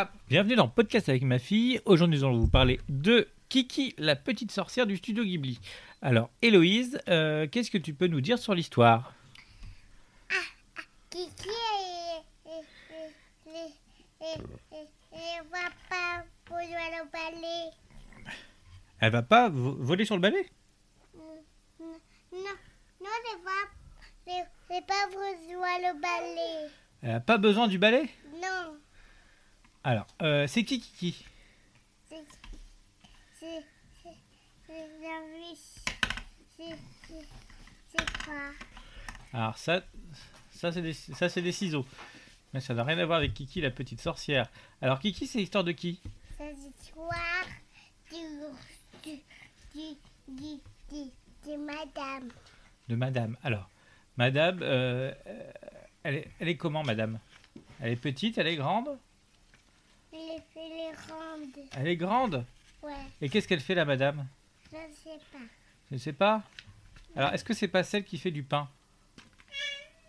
Ah, bienvenue dans Podcast avec ma fille. Aujourd'hui, nous allons vous parler de Kiki, la petite sorcière du studio Ghibli. Alors, Héloïse, euh, qu'est-ce que tu peux nous dire sur l'histoire Kiki et, et, et, et, et, et, et euh, va pas vouloir le balai. Elle va pas vo- voler sur le balai Non, non, ne va ne, ne pas vouloir le balai. Elle a pas besoin du balai Non, Alors, euh, c'est qui Kiki c'est c'est c'est c'est la vie. C'est c'est c'est quoi Alors, ça, ça c'est des, ça, c'est des ciseaux. Mais ça n'a rien à voir avec Kiki, la petite sorcière. Alors, Kiki, c'est l'histoire de qui Cette histoire du du du du du, du madame. De madame. Alors, madame, euh, euh, elle, est, elle est comment, madame Elle est petite, elle est grande Elle est- elle est ronde. Elle est grande Ouais, Et qu'est-ce qu'elle fait, la madame je ne sais pas. Je ne sais pas. Alors, est-ce que c'est pas celle qui fait du pain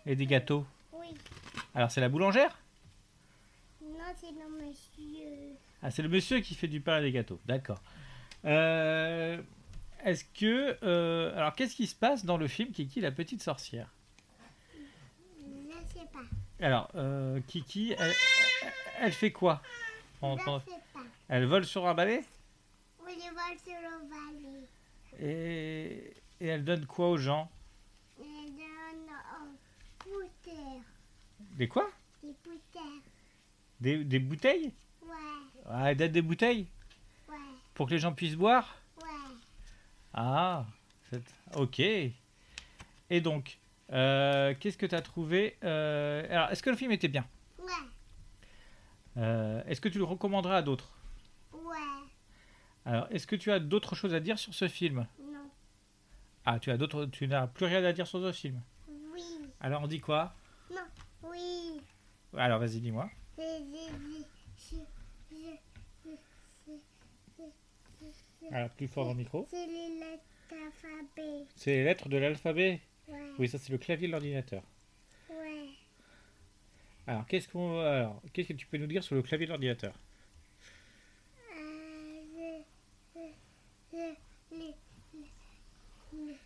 Et des gâteaux Oui, Alors, c'est la boulangère non, c'est le monsieur. Ah, c'est le monsieur qui fait du pain et des gâteaux. D'accord. Euh, Est-ce que. euh, alors, qu'est-ce qui se passe dans le film Kiki, la petite sorcière Je ne sais pas. Alors, euh, Kiki, elle, elle fait quoi Je En- ne en- sais pas. Elle vole sur un balai On les vole sur le balai. et, et elle donne quoi aux gens On les donne en poussière. Des quoi Des poussières. des, des bouteilles Ouais, Ah, Elle donne des bouteilles ouais, pour que les gens puissent boire ouais. Ah, c'est- ok. Et donc, euh, qu'est-ce que tu as trouvé Euh, Alors, est-ce que le film était bien Ouais, Euh, Est-ce que tu le recommanderas à d'autres ouais. Alors, est-ce que tu as d'autres choses à dire sur ce film Non, Ah, tu as d'autres, tu n'as plus rien à dire sur ce film. oui, Alors, on dit quoi oui. Alors, vas-y, dis-moi. C'est, c'est, c'est, je- je- c'est, c'est, c'est, c'est, Alors, plus fort au micro. c'est les lettres alphabet. C'est les lettres de l'alphabet. Ouais, Oui, ça, c'est le clavier de l'ordinateur. ouais. Alors, qu'est-ce qu'on, alors, qu'est-ce que tu peux nous dire sur le clavier de l'ordinateur E Euh, le- le- le- le-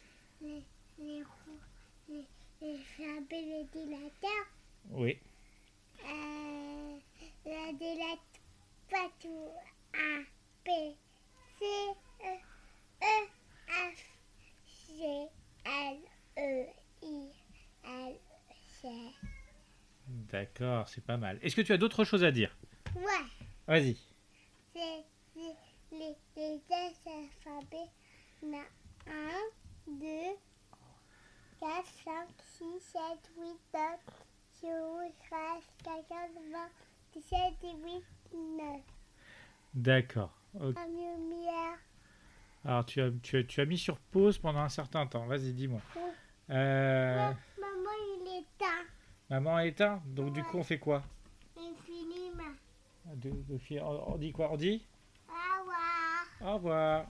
le- les roues, les- les frappés des dilateurs, Oui. euh, la dilate pas tout A, B, C, E, E, F, G, L, E, I, L, C. D'accord, c'est pas mal. Est-ce que tu as d'autres choses à dire Ouais, Vas-y. c'est les, les, les dix alphabets. On a 1, 2, 4, 5, 6, 7, 8, 9, 10, 11, 13, 14, 20, 17, 18, 19. D'accord. La lumière, Alors, tu as, tu, as- tu as mis sur pause pendant un certain temps. Vas-y, dis-moi. Oui. Euh, Ma- Maman, il est temps. maman est éteinte, donc du Ouais. coup, on fait quoi Il finit ma. De- de- on on dit quoi On dit Ah, Au revoir. Au revoir.